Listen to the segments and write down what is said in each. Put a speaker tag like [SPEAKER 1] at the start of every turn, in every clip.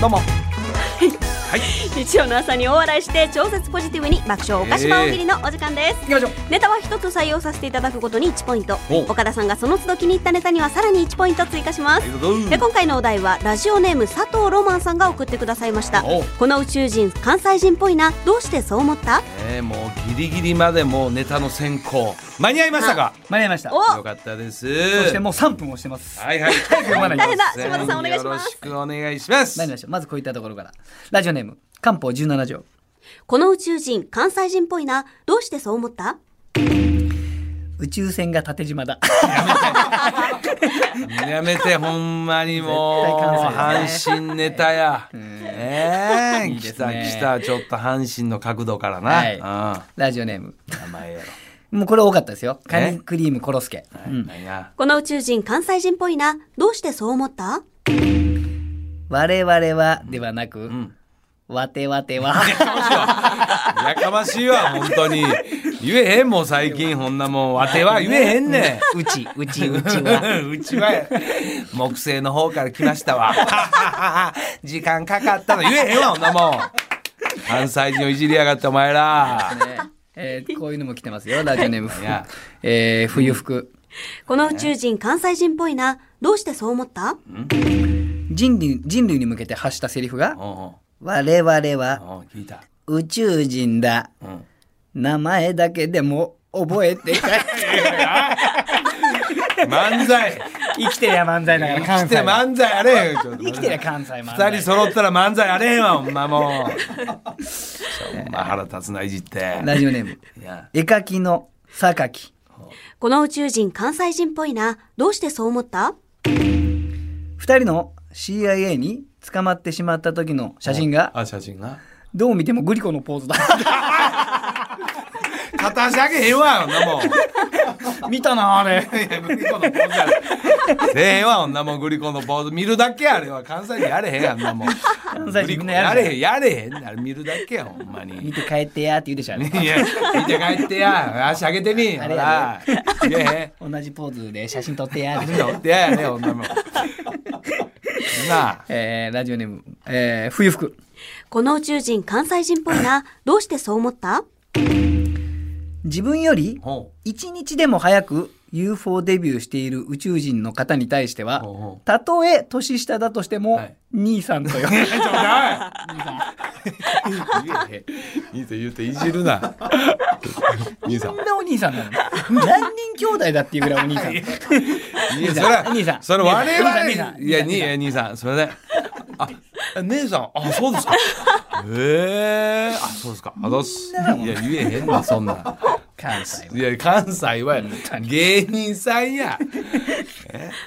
[SPEAKER 1] どうも
[SPEAKER 2] はい
[SPEAKER 3] 日曜の朝に大笑いして超絶ポジティブに爆笑お菓子パンおぎりのお時間です、
[SPEAKER 1] 行きましょう
[SPEAKER 3] ネタは一つ採用させていただくごとに1ポイント
[SPEAKER 2] お
[SPEAKER 3] 岡田さんがその都度気に入ったネタにはさらに1ポイント追加します
[SPEAKER 2] りがとう
[SPEAKER 3] で今回のお題はラジオネーム佐藤ロマンさんが送ってくださいました
[SPEAKER 2] お
[SPEAKER 3] この宇宙人関西人っぽいなどうしてそう思った
[SPEAKER 2] えー、もうギリギリまでもうネタの選考間に合いましたか
[SPEAKER 1] 間に合いました
[SPEAKER 3] お
[SPEAKER 2] よかったです
[SPEAKER 1] そしてもう3分押してます
[SPEAKER 2] はいはい早く読
[SPEAKER 1] まないと大変
[SPEAKER 3] だ柴田さんお願いします
[SPEAKER 2] よろしくお願いします
[SPEAKER 1] 参りましょうまずこういったところからラジオネーム漢方17条
[SPEAKER 3] この宇宙人関西人っぽいなどうしてそう思った
[SPEAKER 1] 宇宙船が縦縞だ
[SPEAKER 2] やめてほんまにもう
[SPEAKER 1] 絶対
[SPEAKER 2] 阪
[SPEAKER 1] 関西
[SPEAKER 2] 神ネタやええ
[SPEAKER 1] いいで
[SPEAKER 2] 来
[SPEAKER 1] す
[SPEAKER 2] た
[SPEAKER 1] ね
[SPEAKER 2] 来たちょっと阪神の角度から
[SPEAKER 1] は
[SPEAKER 2] な
[SPEAKER 1] ラジオネーム
[SPEAKER 2] うん名前やろ
[SPEAKER 1] もうこれ多かったですよカ
[SPEAKER 2] え
[SPEAKER 1] ニクリームコロスケ、うん
[SPEAKER 2] 何や
[SPEAKER 3] この宇宙人関西人っぽいなどうしてそう思った
[SPEAKER 1] 我々はではなく、わてわて は
[SPEAKER 2] やかましいわ本当に言えへんもん最近こんなもんわては言えへんね
[SPEAKER 1] うちうち
[SPEAKER 2] ん
[SPEAKER 1] うち は
[SPEAKER 2] うちは木星の方から来ました わ時間かかったの言えへんわこんなもん関西人をいじりやがってお前ら
[SPEAKER 1] えーこういうのも来てますよラジオネーム、
[SPEAKER 2] いや
[SPEAKER 1] えー冬服
[SPEAKER 3] この宇宙人関西人っぽいなどうしてそう思った
[SPEAKER 1] 人類人類に向けて発したセリフが
[SPEAKER 2] うんうん
[SPEAKER 1] 「我々は
[SPEAKER 2] うん聞いた
[SPEAKER 1] 宇宙人だ
[SPEAKER 2] うん
[SPEAKER 1] 名前だけでも覚えて帰って
[SPEAKER 2] 漫才
[SPEAKER 1] 生きてりゃ漫才だから
[SPEAKER 2] 来て
[SPEAKER 1] は
[SPEAKER 2] 漫才あれへんよちょっと
[SPEAKER 1] 生きてりゃ関西漫
[SPEAKER 2] 二
[SPEAKER 1] 才
[SPEAKER 2] 人揃ったら漫才あれへんわほんまもうほんま腹立つないじって
[SPEAKER 1] ラジオネーム
[SPEAKER 2] いや
[SPEAKER 1] 絵描きの榊
[SPEAKER 3] この宇宙人関西人っぽいなどうしてそう思った
[SPEAKER 1] 二人の CIA に捕まってしまった時の写真が
[SPEAKER 2] あ写真が
[SPEAKER 1] どう見てもグリコのポーズだ
[SPEAKER 2] 片足上げへんわ女もん
[SPEAKER 1] 見たなあれ
[SPEAKER 2] いやグリコのポーズやせえへんわ女もんグリコのポーズ見るだけやあれは関西人やれへんあんなもん
[SPEAKER 1] 関
[SPEAKER 2] グ
[SPEAKER 1] 西
[SPEAKER 2] リ
[SPEAKER 1] 人
[SPEAKER 2] コ
[SPEAKER 1] みんな
[SPEAKER 2] や
[SPEAKER 1] や
[SPEAKER 2] れ
[SPEAKER 1] る
[SPEAKER 2] へんやれへんあれ見るだけやほんまに
[SPEAKER 1] 見て帰ってやーって言うでしょあれ
[SPEAKER 2] いや見て帰ってや足上げてみほ
[SPEAKER 1] あれ
[SPEAKER 2] ら
[SPEAKER 1] や
[SPEAKER 2] いやへん
[SPEAKER 1] 同じポーズで写真撮ってやーでしょ
[SPEAKER 2] 乗ってややね女もんなあ
[SPEAKER 1] えーラジオネーム、えー冬服
[SPEAKER 3] この宇宙人関西人っぽいなどうしてそう思った
[SPEAKER 1] 自分より
[SPEAKER 2] ほ
[SPEAKER 1] 一日でも早く UFO デビューしている宇宙人の方に対しては
[SPEAKER 2] ほうほう
[SPEAKER 1] たとえ年下だとしても、
[SPEAKER 2] はい
[SPEAKER 1] 兄さんと呼
[SPEAKER 2] ち
[SPEAKER 1] ぶ
[SPEAKER 2] ょない兄さん言うていじるな兄さん
[SPEAKER 1] みんなお兄さんなの何人兄弟だっていうぐらいお兄さん
[SPEAKER 2] いや
[SPEAKER 1] 兄
[SPEAKER 2] それ
[SPEAKER 1] さん
[SPEAKER 2] は
[SPEAKER 1] 兄さん
[SPEAKER 2] それ
[SPEAKER 1] 兄さん
[SPEAKER 2] 我々
[SPEAKER 1] 兄さん
[SPEAKER 2] いや兄いや兄さんすみませんあえ姉さんあそう ですかへえあそうですかあどうっすいや言えへんわそんな
[SPEAKER 1] 関西
[SPEAKER 2] いや関西は
[SPEAKER 1] 当に
[SPEAKER 2] 芸人さんや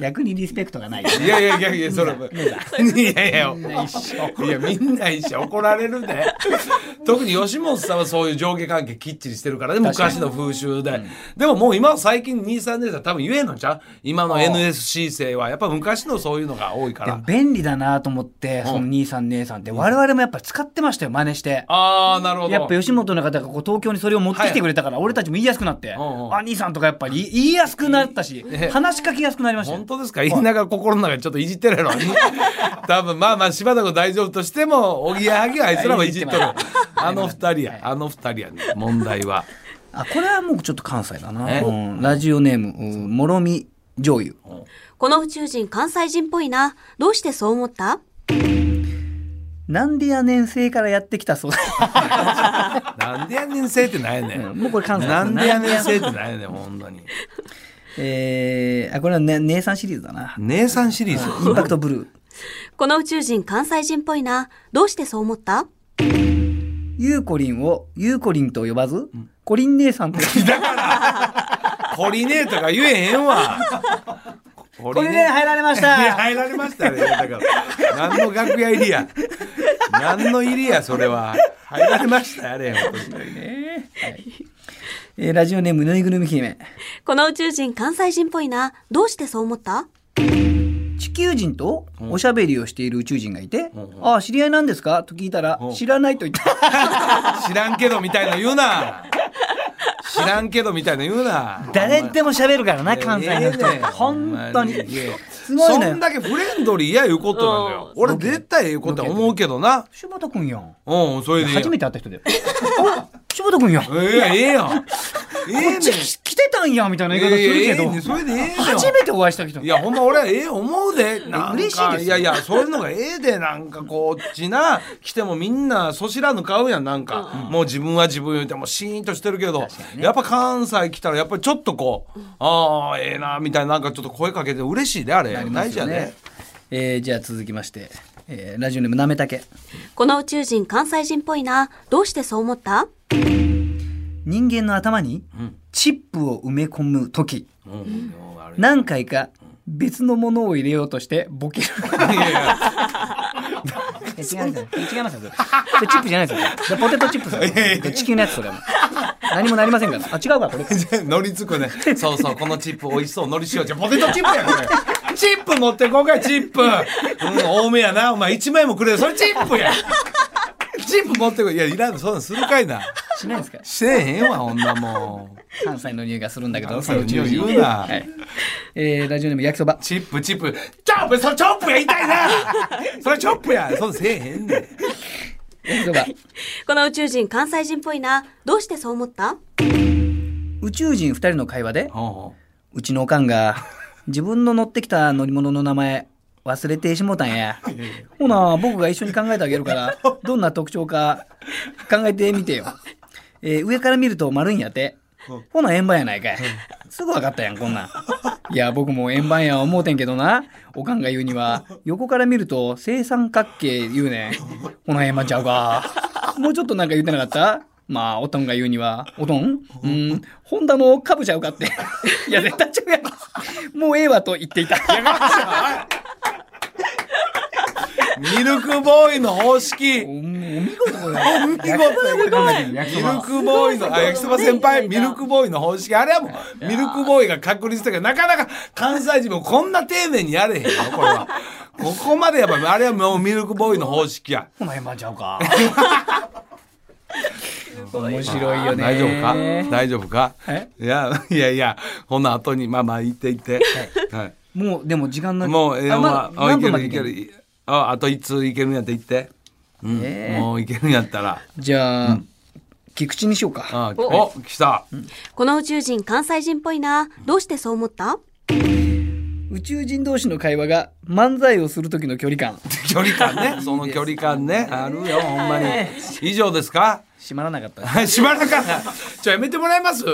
[SPEAKER 1] 逆にリスペクトがない
[SPEAKER 2] いやいやいやいやそれいやいや いやみんな一緒怒られるで 特に吉本さんはそういう上下関係きっちりしてるからね
[SPEAKER 1] 確かに
[SPEAKER 2] 昔の風習で、でももう今は最近23年は多分言えんのちゃう今の
[SPEAKER 1] ああ
[SPEAKER 2] NSC 生はやっぱ昔のそういうのが多いか
[SPEAKER 1] でも
[SPEAKER 2] ら
[SPEAKER 1] 便利だなと思ってその兄さん姉さんって我々もやっぱ使ってましたよ真似して
[SPEAKER 2] ああなるほど
[SPEAKER 1] やっぱ吉本の方がこう東京にそれを持ってきてくれたから俺たちも言いやすくなって
[SPEAKER 2] うんうん
[SPEAKER 1] あ兄さんとかやっぱり言いやすくなったし
[SPEAKER 2] え
[SPEAKER 1] 話しかけやすくなりましたよ
[SPEAKER 2] 本当ですか言いながら心の中でちょっといじってるやろ 多分まあまあ柴田君大丈夫としてもおぎやはぎはあいつらもいじっとる
[SPEAKER 1] はいいじって
[SPEAKER 2] あの二人やあの二人やね問題は
[SPEAKER 1] あこれはもうちょっと関西だな、
[SPEAKER 2] え
[SPEAKER 1] うんラジオネームうんもろみ醤油
[SPEAKER 3] この宇宙人関西人っぽいなどうしてそう思った
[SPEAKER 1] なんでや年生からやってきたそう だ
[SPEAKER 2] なんでやねんせいってないねん
[SPEAKER 1] もうこれ関西す
[SPEAKER 2] なんでやねんせいってないねんほんまに
[SPEAKER 1] えー、あこれは、ね、姉さんシリーズだな
[SPEAKER 2] 姉さんシ リーズ
[SPEAKER 1] インパクトブルー
[SPEAKER 3] この宇宙人関西人っぽいなどうしてそう思った
[SPEAKER 1] ゆうこりんをゆうこりんと呼ばず、こりん姉さんと呼 ぶ
[SPEAKER 2] コリネーとか言えへんわ。コ
[SPEAKER 1] これで入られ まし
[SPEAKER 2] いや
[SPEAKER 1] た
[SPEAKER 2] 入られましたね。だから何の楽屋入りや。何の入りやそれは。入られましたあれ本当に
[SPEAKER 1] えーラジオネームぬいぐるみ姫
[SPEAKER 3] この宇宙人関西人っぽいなどうしてそう思った
[SPEAKER 1] 地球人とおしゃべりをしている宇宙人がいて「
[SPEAKER 2] うん
[SPEAKER 1] ああ知り合いなんですか?」と聞いたら
[SPEAKER 2] うん
[SPEAKER 1] 「知らない」と 言った
[SPEAKER 2] 知らんけどみたいな言うな。知らんけどみたいな言うな。
[SPEAKER 1] 誰でも喋るからな関西の人
[SPEAKER 2] ええねん
[SPEAKER 1] 本当に
[SPEAKER 2] ほんまいや
[SPEAKER 1] すごいね
[SPEAKER 2] そんだけフレンドリーやいうことなんだよ。俺絶対ええことは思うけどな。
[SPEAKER 1] 柴田君やん
[SPEAKER 2] うん、それでいいやん。
[SPEAKER 1] 初めて会った人であ柴田君やん
[SPEAKER 2] ええやん、ええ やん。ええねん。
[SPEAKER 1] こっち来来てたんやみたいな言い方するけ
[SPEAKER 2] ええ
[SPEAKER 1] ど、
[SPEAKER 2] ねんそれでええやん。
[SPEAKER 1] 初めてお会いした人
[SPEAKER 2] いやほんま俺はええ思うでなんか
[SPEAKER 1] 嬉しいですよ
[SPEAKER 2] いやいやそういうのがええでなんかこっちな来てもみんなそしらぬ顔やんなんか、もう自分は自分言うてもうシーンとしてるけど、やっぱ関西来たらやっぱりちょっとこう、ああええなみたいななんかちょっと声かけて嬉しいであれな,、いじゃね
[SPEAKER 1] えーじゃあ続きまして、えーラジオネームなめたけ
[SPEAKER 3] この宇宙人関西人っぽいなどうしてそう思った
[SPEAKER 1] 人間の頭にチップを埋め込む時
[SPEAKER 2] うん、うんあれ
[SPEAKER 1] 何回か別のものを入れようとしてボケる
[SPEAKER 2] いやいや
[SPEAKER 1] 違いますよ違いますよそれそれチップじゃないですよそれポテトチップスよ地球のやつそれも何もなりませんからあ違うからこれ
[SPEAKER 2] 乗りつくね。そうそう、このチップ美味しそう、乗りしよう。じゃあ、ポテトチップや、これ。チップ持ってこんかい、チップ。うん、多めやな。お前、1枚もくれよ。それチップや。チップ持ってこい。いや、いらん、そんなんするかいな。
[SPEAKER 1] しないですか
[SPEAKER 2] してへんわ、女もう。
[SPEAKER 1] 関西の匂いがするんだけど
[SPEAKER 2] 関西の匂い
[SPEAKER 1] そのうち
[SPEAKER 2] 言うな
[SPEAKER 1] はいえーラジオネーム焼きそば
[SPEAKER 2] チップ、チップ。チョップ、それチョップや、痛いな。それチョップや。そんなんせえへんねん。
[SPEAKER 1] 焼きそば
[SPEAKER 3] この宇宙人関西人っぽいなどうしてそう思った
[SPEAKER 1] 宇宙人2人の会話
[SPEAKER 2] ほ
[SPEAKER 1] で
[SPEAKER 2] うほ
[SPEAKER 1] うちのおかんが自分の乗ってきた乗り物の名前忘れてしもうたんやほな僕が一緒に考えてあげるからどんな特徴か考えてみてよ、えー上から見ると丸いんやってほな円盤やないかいすぐ分かったやんこんなんいや僕も円盤や思うてんけどなおかんが言うには横から見ると正三角形言うねんほな円盤ちゃうかもうちょっとなんか言ってなかったまあ、おとんが言うには、おとんうん、ホンダの株ちゃうかって。 いや、絶対違うやん。もうええわと言っていた。
[SPEAKER 2] うミルクボーイの方式。
[SPEAKER 1] おお見事だよ。
[SPEAKER 2] ミルクボーイの、あ、焼きそば先輩、ミルクボーイの方式、あれはもう、ミルクボーイが確立したけど、なかなか関西人もこんな丁寧にやれへんよ、これ は。ここまでやっぱ、あれはもうミルクボーイの方式や。
[SPEAKER 1] ほな、えまんちゃうか。面白いよね。
[SPEAKER 2] 大丈夫か大丈夫か
[SPEAKER 1] え
[SPEAKER 2] いや、いやいや、ほな後に、まあまあ、行って行って。はい
[SPEAKER 1] もう、でも時間ない。
[SPEAKER 2] もう、ええ
[SPEAKER 1] あ
[SPEAKER 2] ま
[SPEAKER 1] ま
[SPEAKER 2] あ、あい
[SPEAKER 1] 何
[SPEAKER 2] け
[SPEAKER 1] 分
[SPEAKER 2] る
[SPEAKER 1] まで
[SPEAKER 2] い
[SPEAKER 1] いけ
[SPEAKER 2] け
[SPEAKER 1] る
[SPEAKER 2] る。あ、あといついけるんやったら行って。うん
[SPEAKER 1] ええ
[SPEAKER 2] もういけるんやったら。
[SPEAKER 1] じゃあ、菊池にしようか。
[SPEAKER 2] あお、来た。
[SPEAKER 3] この宇宙人関西人っぽいなどうしてそう思った
[SPEAKER 1] 宇宙人同士の会話が漫才をする時の距離感。
[SPEAKER 2] 距離感ね。その距離感ね。あるよ、ほんまに。以上ですか
[SPEAKER 1] 閉まらなかった。
[SPEAKER 2] はい、しばらくかな。ちょ、やめてもらえます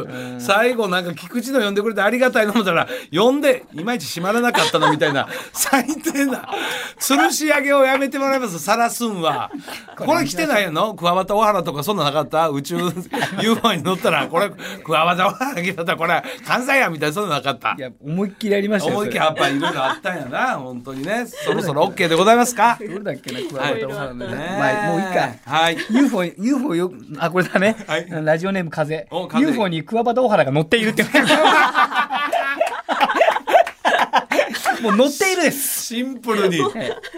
[SPEAKER 2] 最後なんか菊池の呼んでくれてありがたいの思ったら、呼んで、いまいち閉まらなかったのみたいな、 最低な、吊るし上げをやめてもらえますさらすんは。これ来てないの桑畑小原とかそんななかった宇宙 UFO に乗ったら、これ、桑畑小原来たら、これ、関西やみたいな、そんななかった
[SPEAKER 1] い。や、思いっきりやりましたよ。
[SPEAKER 2] 思いっきり
[SPEAKER 1] それ
[SPEAKER 2] やっぱいろいろあったんやな、本当にね。そろそろ OK でございますか
[SPEAKER 1] どれだっけな、加えたお花のね。
[SPEAKER 2] ね
[SPEAKER 1] まあ、もういいか。
[SPEAKER 2] はい。
[SPEAKER 1] UFO、UFO よ、あ、これだね。
[SPEAKER 2] はい
[SPEAKER 1] ラジオネーム風
[SPEAKER 2] お風
[SPEAKER 1] UFO に桑畑大原が乗ってい るって。もう乗っているです。
[SPEAKER 2] シンプルに。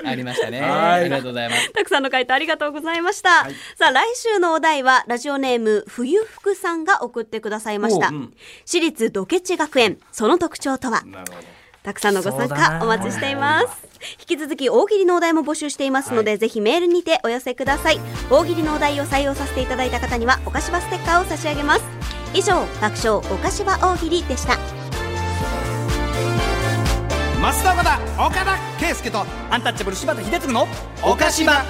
[SPEAKER 1] ありましたね。
[SPEAKER 2] はい
[SPEAKER 1] ありがとうございま す。
[SPEAKER 3] たくさんの回答ありがとうございました、さあ来週のお題はラジオネーム冬服さんが送ってくださいました、
[SPEAKER 1] おう
[SPEAKER 3] 私立ドケチ学園その特徴とは
[SPEAKER 2] なるほど。
[SPEAKER 3] たくさんのご参
[SPEAKER 1] そうだ
[SPEAKER 3] 加
[SPEAKER 1] な
[SPEAKER 3] お待ちしています引き続き大喜利のお題も募集していますので、ぜひメールにてお寄せください大喜利のお題を採用させていただいた方にはお菓子場ステッカーを差し上げます以上爆笑お菓子場大喜利でした
[SPEAKER 2] 増田岡田岡田圭佑と
[SPEAKER 1] アンタッチャブル柴田秀嗣の岡島。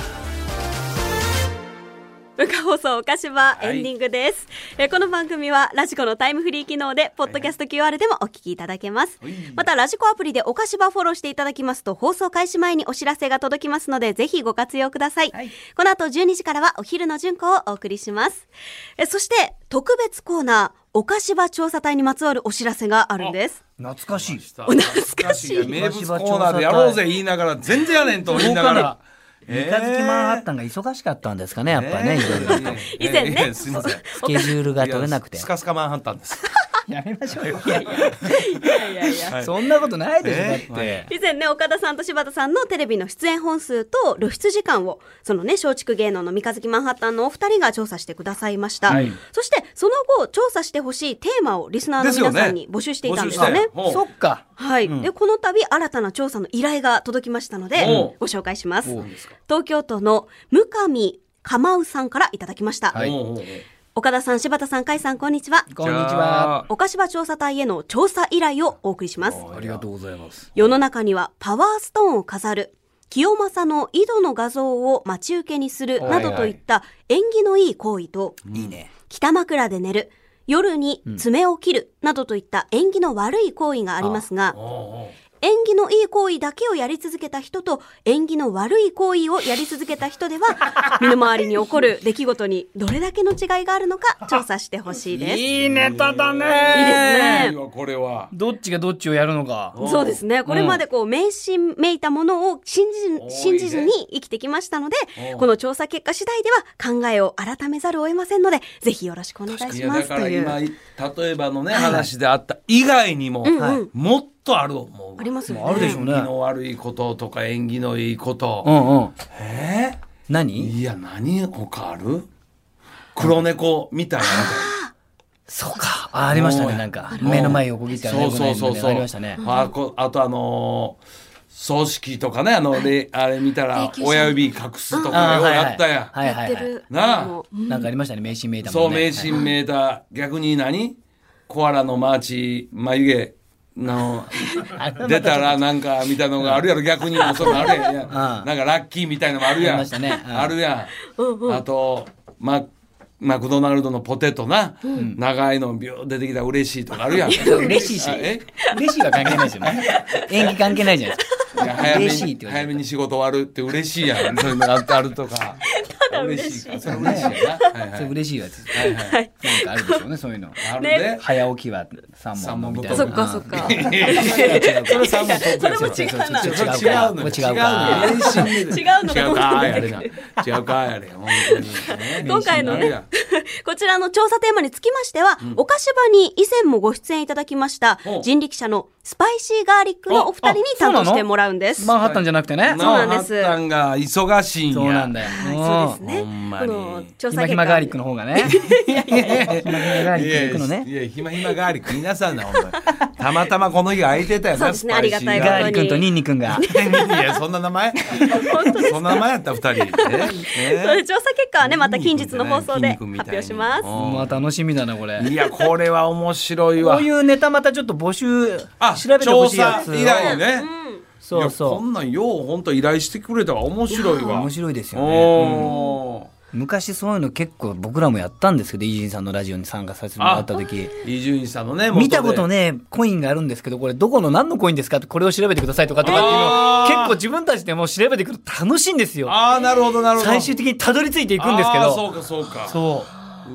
[SPEAKER 3] 文化放送お菓子場
[SPEAKER 2] い
[SPEAKER 3] エンディングです、えーこの番組はラジコのタイムフリー機能でポッドキャスト QR でもお聞きいただけます、またラジコアプリでお菓子場フォローしていただきますと放送開始前にお知らせが届きますのでぜひご活用ください、
[SPEAKER 1] はい
[SPEAKER 3] この後12時からはお昼の順子をお送りしますえーそして特別コーナーお菓子場調査隊にまつわるお知らせがあるんです
[SPEAKER 1] 懐かしい。
[SPEAKER 2] 懐かしい名物コーナーでやろうぜ言いながら全然やねんと言いなが ら
[SPEAKER 1] 三日月マンハッ
[SPEAKER 2] ン
[SPEAKER 1] タンが忙しかったんですかね、やっぱね、いろいろと。
[SPEAKER 3] 以前ね
[SPEAKER 2] すいません
[SPEAKER 1] スケジュールが取れなくて
[SPEAKER 2] ス。カスカマンハッタンです
[SPEAKER 1] やめましょうよ。いやいや
[SPEAKER 3] いやいやいや
[SPEAKER 2] はい
[SPEAKER 1] そんなことないでしょ、だっ
[SPEAKER 2] え
[SPEAKER 1] て。
[SPEAKER 2] ーはい
[SPEAKER 3] 以前ね岡田さんと柴田さんのテレビの出演本数と露出時間をそのね松竹芸能の三日月マンハッタンのお二人が調査してくださいました、
[SPEAKER 2] はい
[SPEAKER 3] そしてその後調査してほしいテーマをリスナーの皆さんに募集していたんですよ
[SPEAKER 2] です
[SPEAKER 3] ね
[SPEAKER 2] よね募集してほう
[SPEAKER 1] そっか。
[SPEAKER 3] はい、
[SPEAKER 2] うん
[SPEAKER 3] でこの度新たな調査の依頼が届きましたので
[SPEAKER 2] おう
[SPEAKER 3] ご紹介します
[SPEAKER 2] おうですか
[SPEAKER 3] 東京都の向上かまうさんからいただきました、
[SPEAKER 1] はい
[SPEAKER 2] おうおうおう
[SPEAKER 3] 岡田さん柴田さん甲斐さんこんにちは
[SPEAKER 1] こんにちは。
[SPEAKER 3] 岡柴調査隊への調査依頼をお送りします
[SPEAKER 2] じゃあありがとうございます
[SPEAKER 3] 世の中にはパワーストーンを飾る清正の井戸の画像を待ち受けにするなどといった縁起のいい行為と
[SPEAKER 1] いいね。
[SPEAKER 3] 北枕で寝る夜に爪を切るなどといった縁起の悪い行為がありますが
[SPEAKER 2] おうおう
[SPEAKER 3] 縁起のいい行為だけをやり続けた人と縁起の悪い行為をやり続けた人で は身の回りに起こる出来事にどれだけの違いがあるのか調査してほしいです。
[SPEAKER 1] いいネタだ
[SPEAKER 3] いいで
[SPEAKER 1] ね。
[SPEAKER 3] すね
[SPEAKER 2] いいわこれは
[SPEAKER 1] どっちがどっちをやるのか。
[SPEAKER 2] お
[SPEAKER 3] そうですねこれまでこう迷信めいたものを信じ
[SPEAKER 2] おー
[SPEAKER 3] ず信じず
[SPEAKER 2] いい
[SPEAKER 3] に
[SPEAKER 2] ね
[SPEAKER 3] 生きてきましたので
[SPEAKER 2] お
[SPEAKER 3] この調査結果次第では考えを改めざるを得ませんのでぜひよろしくお願い
[SPEAKER 2] い
[SPEAKER 3] し
[SPEAKER 2] や
[SPEAKER 3] ま
[SPEAKER 2] だ
[SPEAKER 3] す
[SPEAKER 2] か
[SPEAKER 3] と
[SPEAKER 2] ら
[SPEAKER 3] いう
[SPEAKER 2] 今例えばのね話であった以外にも、
[SPEAKER 3] うんうん
[SPEAKER 2] もっとある思う
[SPEAKER 3] ありますよね
[SPEAKER 1] あるでしょう
[SPEAKER 2] 縁
[SPEAKER 1] ね
[SPEAKER 2] 起の悪いこととか縁起のいいこと、
[SPEAKER 1] んうん。
[SPEAKER 2] えー
[SPEAKER 1] 何
[SPEAKER 2] いや何他ある黒猫みたいな
[SPEAKER 1] そうか。あありましたね、なんか。目の前に横切ったら
[SPEAKER 2] そう
[SPEAKER 1] ね。
[SPEAKER 2] そうそう
[SPEAKER 1] この辺
[SPEAKER 2] そう
[SPEAKER 1] ありましたね。
[SPEAKER 2] あこあとあのー葬式とかねあの、れあれ見たら
[SPEAKER 3] 霊柩車
[SPEAKER 2] 親指隠すとか
[SPEAKER 1] あー
[SPEAKER 2] よう
[SPEAKER 1] はいはい
[SPEAKER 2] やったやん、
[SPEAKER 1] はいは
[SPEAKER 3] やっ
[SPEAKER 1] い
[SPEAKER 3] て
[SPEAKER 1] は
[SPEAKER 3] る
[SPEAKER 2] なあ
[SPEAKER 3] もう
[SPEAKER 1] い。なんかありましたね、名神名だ
[SPEAKER 2] そ
[SPEAKER 1] も
[SPEAKER 2] うん
[SPEAKER 1] ね。
[SPEAKER 2] 名神メーター、逆に何コアラのマーチ眉毛 の出たらなんかみたいなのがあるやろ逆にもそのあ れやんなんかラッキーみたいなのもあるや
[SPEAKER 1] あ
[SPEAKER 2] ん
[SPEAKER 1] りましたねうん
[SPEAKER 2] あるやん、あとママクドナルドのポテトな、長いのビュー出てきたら嬉しいとかあるやん
[SPEAKER 1] 嬉しいし
[SPEAKER 2] あえ
[SPEAKER 1] 嬉しいは関係ないですよね。 演技関係ないじゃないです
[SPEAKER 2] いや
[SPEAKER 1] か。
[SPEAKER 2] 早め
[SPEAKER 1] 嬉しいっ
[SPEAKER 2] に
[SPEAKER 1] て言わ
[SPEAKER 2] 早
[SPEAKER 1] れ
[SPEAKER 2] め
[SPEAKER 1] て。
[SPEAKER 2] に仕事終わるって嬉しいやんそういうのああるとかただ嬉しいかそれ嬉しいやな、はいは
[SPEAKER 1] そ
[SPEAKER 2] い、
[SPEAKER 1] れ嬉しいやつ。はいはい。なんかあるでしょうね、そういうの。
[SPEAKER 2] あるで、
[SPEAKER 3] ね
[SPEAKER 1] 早起きは三問のみたいな。
[SPEAKER 3] そっかそっか
[SPEAKER 2] いやいやいやそれ三問取ってる
[SPEAKER 1] それも違うな
[SPEAKER 2] それ違うのよ違うの
[SPEAKER 1] 違うか
[SPEAKER 2] よ練習で
[SPEAKER 3] 違うのが
[SPEAKER 2] 違
[SPEAKER 3] ど
[SPEAKER 2] う
[SPEAKER 3] ど
[SPEAKER 2] んか
[SPEAKER 3] ん
[SPEAKER 2] あ
[SPEAKER 3] 出
[SPEAKER 2] や
[SPEAKER 3] て
[SPEAKER 2] れ
[SPEAKER 3] く
[SPEAKER 2] な
[SPEAKER 3] る
[SPEAKER 2] 違うかやれ本当に
[SPEAKER 3] 今回のね
[SPEAKER 2] あ
[SPEAKER 3] こちらの調査テーマにつきましては、岡芝に以前もご出演いただきました
[SPEAKER 2] お
[SPEAKER 3] 人力車のスパイシーガーリックのお二人に
[SPEAKER 1] あそ
[SPEAKER 3] 担
[SPEAKER 1] うな
[SPEAKER 3] 当
[SPEAKER 1] の
[SPEAKER 3] してもらうんです。
[SPEAKER 1] マンハッタンじゃなくてね
[SPEAKER 2] れ。
[SPEAKER 3] うなんです
[SPEAKER 2] マンハッタンが忙しいんや
[SPEAKER 1] そうなんだよ。
[SPEAKER 3] はい、そうですね。
[SPEAKER 2] ほんま
[SPEAKER 3] こ
[SPEAKER 2] に
[SPEAKER 3] の調査
[SPEAKER 1] 今
[SPEAKER 3] 結
[SPEAKER 1] 暇
[SPEAKER 3] 果
[SPEAKER 1] ガーリックの方がね。今暇ガーリックに行くの
[SPEAKER 2] い
[SPEAKER 1] ね。
[SPEAKER 2] やいやひまひまガーリック皆さんなほんまたまたまこの日空いてたよな
[SPEAKER 3] そ うですね
[SPEAKER 2] スパイシー
[SPEAKER 3] ありが
[SPEAKER 1] ガ
[SPEAKER 3] た
[SPEAKER 1] ーリックとニンニクんが。
[SPEAKER 2] いやそんな名前そんな名前やった二人ね
[SPEAKER 3] それ
[SPEAKER 2] ね
[SPEAKER 3] 調査結果はねまた近日の放送で発表します。
[SPEAKER 1] まあ楽しみだなこれ。
[SPEAKER 2] いやこれは面白いわ
[SPEAKER 1] こういうネタまたちょっと募集
[SPEAKER 2] あ
[SPEAKER 1] 調べてほしいやつ
[SPEAKER 2] 調査依頼ね、
[SPEAKER 1] そう
[SPEAKER 2] いやこ
[SPEAKER 1] そ
[SPEAKER 2] んなんよう本当依頼してくれたわ面白いうわ
[SPEAKER 1] 面白いですよね、
[SPEAKER 2] おー
[SPEAKER 1] うん昔そういうの結構僕らもやったんですけど伊集院さんのラジオに参加させてもらった時
[SPEAKER 2] 伊集院さんのね
[SPEAKER 1] 見たこと
[SPEAKER 2] ね
[SPEAKER 1] ねコインがあるんですけどこれどこの何のコインですかってこれを調べてくださいとかとかっていうの
[SPEAKER 2] あ
[SPEAKER 1] を
[SPEAKER 2] ー
[SPEAKER 1] 結構自分たちでも調べてくると楽しいんですよ
[SPEAKER 2] ああなるほどなるほど
[SPEAKER 1] 最終的にたどり着いていくんですけ
[SPEAKER 2] あ
[SPEAKER 1] ど
[SPEAKER 2] ーそうかそうか
[SPEAKER 1] そう
[SPEAKER 2] わ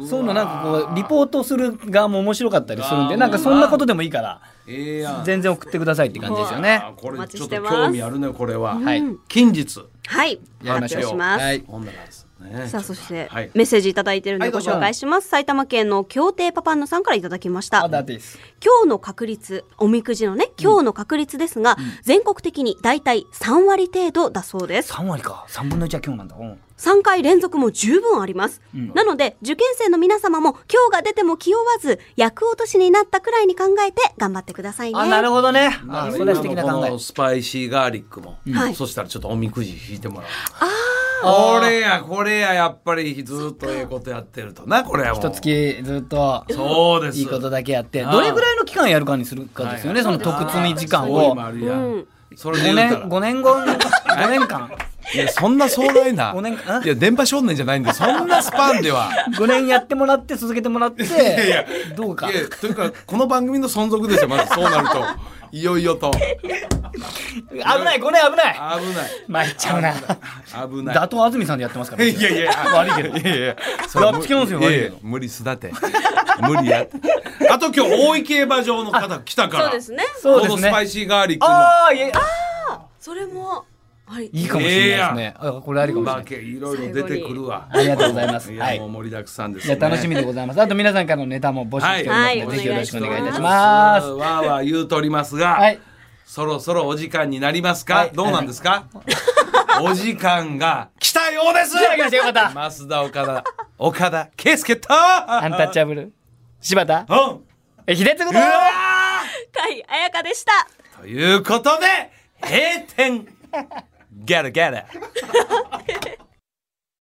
[SPEAKER 1] そういうのなんかこうリポートする側も面白かったりするんで
[SPEAKER 2] あー
[SPEAKER 1] なんかそんなことでもいいから
[SPEAKER 2] ええやん
[SPEAKER 1] 全然送ってくださいって感じですよ
[SPEAKER 2] あ
[SPEAKER 1] ね
[SPEAKER 2] ーこ
[SPEAKER 3] お
[SPEAKER 2] れ
[SPEAKER 3] 待
[SPEAKER 2] ち
[SPEAKER 3] ち
[SPEAKER 2] ょ
[SPEAKER 3] し
[SPEAKER 2] ってと
[SPEAKER 3] ます
[SPEAKER 2] 興味あるねこれは、
[SPEAKER 1] はい
[SPEAKER 2] 近日
[SPEAKER 3] はい、
[SPEAKER 1] やりまし
[SPEAKER 3] 発
[SPEAKER 1] ょう
[SPEAKER 3] 表します。
[SPEAKER 1] はい
[SPEAKER 2] ほんならですね
[SPEAKER 3] さあそして、
[SPEAKER 2] はい
[SPEAKER 3] メッセージいただいてるん
[SPEAKER 2] は
[SPEAKER 3] で
[SPEAKER 2] い
[SPEAKER 3] ご
[SPEAKER 2] どうぞ
[SPEAKER 3] 紹介します、埼玉県の協定パパンヌさんからいただきました
[SPEAKER 1] あだっていいです
[SPEAKER 3] 今日の確率おみくじのね今日の確率ですが、全国的にだいたい3割程度だそうです
[SPEAKER 1] 3割か3分の1は今日なんだ、うん
[SPEAKER 3] 3回連続も十分あります、なので受験生の皆様も今日が出ても気負わず役落としになったくらいに考えて頑張ってくださいね
[SPEAKER 1] あなるほどね
[SPEAKER 2] ま
[SPEAKER 1] あ
[SPEAKER 2] あ
[SPEAKER 1] それは素敵な考
[SPEAKER 2] 今のこ
[SPEAKER 1] え
[SPEAKER 2] のスパイシーガーリックも、
[SPEAKER 3] はい
[SPEAKER 2] そしたらちょっとおみくじ引いてもらう
[SPEAKER 1] あー
[SPEAKER 2] これやこれややっぱりずっとええことやってるとなこれはもう
[SPEAKER 1] 一月ずっと
[SPEAKER 2] そうです
[SPEAKER 1] いいことだけやって
[SPEAKER 2] あー
[SPEAKER 1] どれぐらいの期間やるかにするかですよねその特積み時間
[SPEAKER 2] 多い
[SPEAKER 1] を
[SPEAKER 2] もあ
[SPEAKER 1] 5
[SPEAKER 2] るやんそれで言うた
[SPEAKER 1] 年
[SPEAKER 2] ら
[SPEAKER 1] 五年後5年間
[SPEAKER 2] いやそんな壮大な
[SPEAKER 1] 五年間
[SPEAKER 2] いや電波少年じゃないんでそんなスパンでは
[SPEAKER 1] 5年やってもらって続けてもらっ
[SPEAKER 2] いやいや
[SPEAKER 1] てどうか
[SPEAKER 2] いやというかこの番組の存続ですよまずそうなるといよいよと危
[SPEAKER 1] 危ない5年危ない参っちゃうな
[SPEAKER 2] ない危ない
[SPEAKER 1] 打倒安住さんでやってますから
[SPEAKER 2] いやいや悪いけどいやいやそれは
[SPEAKER 1] やっつけますよ
[SPEAKER 2] いやいや
[SPEAKER 1] 悪いけど
[SPEAKER 2] 無理すだて無理やってあと今日大井競馬場の方来たから
[SPEAKER 3] そうですね
[SPEAKER 1] そうで
[SPEAKER 2] こ
[SPEAKER 1] す
[SPEAKER 2] のスパ
[SPEAKER 1] ね
[SPEAKER 2] イシーガーリックの
[SPEAKER 1] ああいや
[SPEAKER 3] それもはい。
[SPEAKER 1] いいかもしれないですね。あこれありかもしれ
[SPEAKER 2] ま
[SPEAKER 1] な
[SPEAKER 2] あ
[SPEAKER 1] い。
[SPEAKER 2] けいろいろ出てくるわ
[SPEAKER 1] ありがとうございます。
[SPEAKER 2] い
[SPEAKER 1] は
[SPEAKER 2] や
[SPEAKER 1] い
[SPEAKER 2] もう。盛りだくさんです
[SPEAKER 1] じゃ
[SPEAKER 2] ね
[SPEAKER 1] あ楽しみでございます。あと皆さんからのネタも募集しておりますので、
[SPEAKER 3] はい
[SPEAKER 1] ぜひよろしくお願いいた
[SPEAKER 2] わ
[SPEAKER 1] します。
[SPEAKER 2] ーわー言うとおりますが、
[SPEAKER 1] はい。
[SPEAKER 2] そろそろお時間になりますか、
[SPEAKER 1] はい
[SPEAKER 2] どうなんですか、お時間が来たようです
[SPEAKER 1] じゃあ来ましたよかった
[SPEAKER 2] 増田岡田岡田圭介と
[SPEAKER 1] ア
[SPEAKER 2] ア
[SPEAKER 1] ンタッチャブル柴田
[SPEAKER 2] うんう
[SPEAKER 1] え秀嗣と
[SPEAKER 2] わ
[SPEAKER 3] 甲斐彩香でした。
[SPEAKER 2] ーということで閉店ギャラギャラ